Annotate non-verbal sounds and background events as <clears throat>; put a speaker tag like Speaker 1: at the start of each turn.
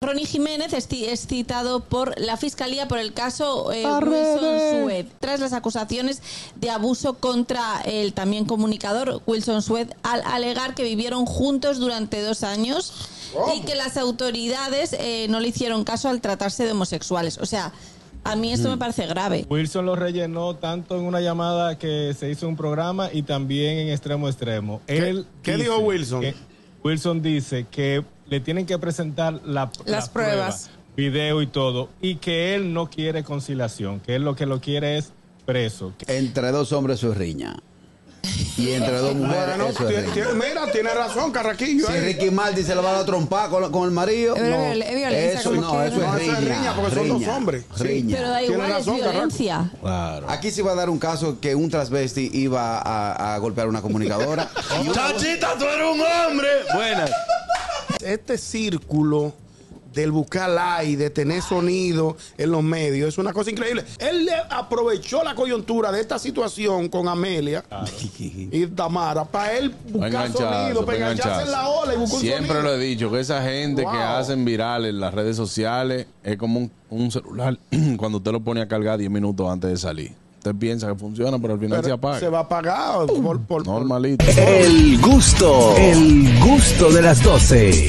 Speaker 1: Ronnie Jiménez es, ci- es citado por la Fiscalía por el caso eh, Wilson Suez, tras las acusaciones de abuso contra el también comunicador Wilson Suez, al alegar que vivieron juntos durante dos años y que las autoridades eh, no le hicieron caso al tratarse de homosexuales. O sea, a mí esto
Speaker 2: Mm.
Speaker 1: me parece grave.
Speaker 3: Wilson lo rellenó tanto en una llamada que se hizo en un programa y también en extremo a extremo.
Speaker 4: ¿Qué-
Speaker 3: Él
Speaker 4: qué
Speaker 3: dice
Speaker 4: dijo Wilson?
Speaker 3: que- Wilson dice que le tienen que presentar la-
Speaker 5: Las pruebas.
Speaker 3: la prueba, video y todo, y que él no quiere conciliación, que él lo que lo quiere es preso. Que-
Speaker 2: Entre dos hombres su riña. Y entre dos mujeres
Speaker 4: Bueno,
Speaker 2: eso es
Speaker 4: tiene-
Speaker 2: riña.
Speaker 4: tiene- mira, tiene razón, Carraquillo.
Speaker 2: Si
Speaker 4: ahí.
Speaker 2: Ricky Martin se la va a dar trompada con, con el marido,
Speaker 5: Es
Speaker 2: no. Eh,
Speaker 5: viol- es violencia,
Speaker 2: eso
Speaker 5: como
Speaker 2: no,
Speaker 5: quiera.
Speaker 2: eso es
Speaker 4: No, eso
Speaker 2: riña.
Speaker 4: es riña, porque son dos
Speaker 2: riña,
Speaker 4: hombres. Sí.
Speaker 2: riña.
Speaker 1: Pero da
Speaker 4: Tiene
Speaker 1: igual,
Speaker 4: razón,
Speaker 1: es
Speaker 4: Carraco.
Speaker 1: violencia.
Speaker 2: Aquí se va a dar un caso que un transvesti iba a, a golpear a una comunicadora. Y una-
Speaker 4: Chachita, tú eres un hombre. Buenas. Este círculo del buscar like, de tener sonido en los medios, es una cosa increíble. Él le aprovechó la coyuntura de esta situación con Amelia y Tamara para él
Speaker 6: Va a
Speaker 4: buscar
Speaker 6: engancharse,
Speaker 4: sonido,
Speaker 6: va a
Speaker 4: para engancharse en la
Speaker 6: engancharse.
Speaker 4: ola y buscar un
Speaker 6: Siempre
Speaker 4: sonido.
Speaker 6: lo he dicho, que esa gente
Speaker 4: Wow.
Speaker 6: que hacen viral en las redes sociales es como un, un celular <clears throat> cuando usted lo pone a cargar 10 minutos antes de salir. Usted piensa que funciona, pero al final se
Speaker 4: Pero
Speaker 6: apaga.
Speaker 4: se va a pagar por, por, por-
Speaker 6: Normalito.
Speaker 7: El gusto, el gusto de las 12.